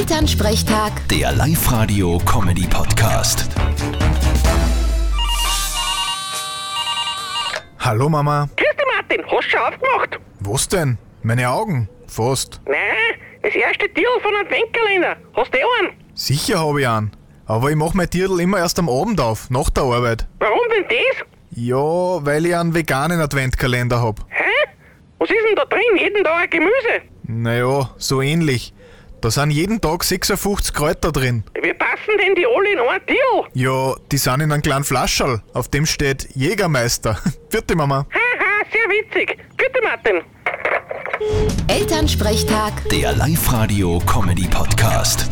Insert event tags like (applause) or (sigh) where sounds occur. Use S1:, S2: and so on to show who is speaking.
S1: Elternsprechtag,
S2: Der Live-Radio-Comedy-Podcast.
S3: Hallo Mama.
S4: Grüß dich, Martin. Hast du schon aufgemacht?
S3: Was denn? Meine Augen. Fast.
S4: Nein, das erste Tier von einem Bankerländer. Hast du eh einen?
S3: Sicher habe ich einen. Aber ich mache mein Tierl immer erst am Abend auf, nach der Arbeit.
S4: Warum denn das?
S3: Ja, weil ich einen veganen Adventkalender hab.
S4: Hä? Was ist denn da drin? Jeden Tag ein Gemüse.
S3: Naja, so ähnlich. Da sind jeden Tag 56 Kräuter drin.
S4: Wie passen denn die alle in ein Tier?
S3: Ja, die sind in einem kleinen Flascherl, auf dem steht Jägermeister. (laughs) Vierte Mama.
S4: Haha, sehr witzig. Bitte, Martin.
S1: Elternsprechtag.
S2: Der Live-Radio-Comedy-Podcast.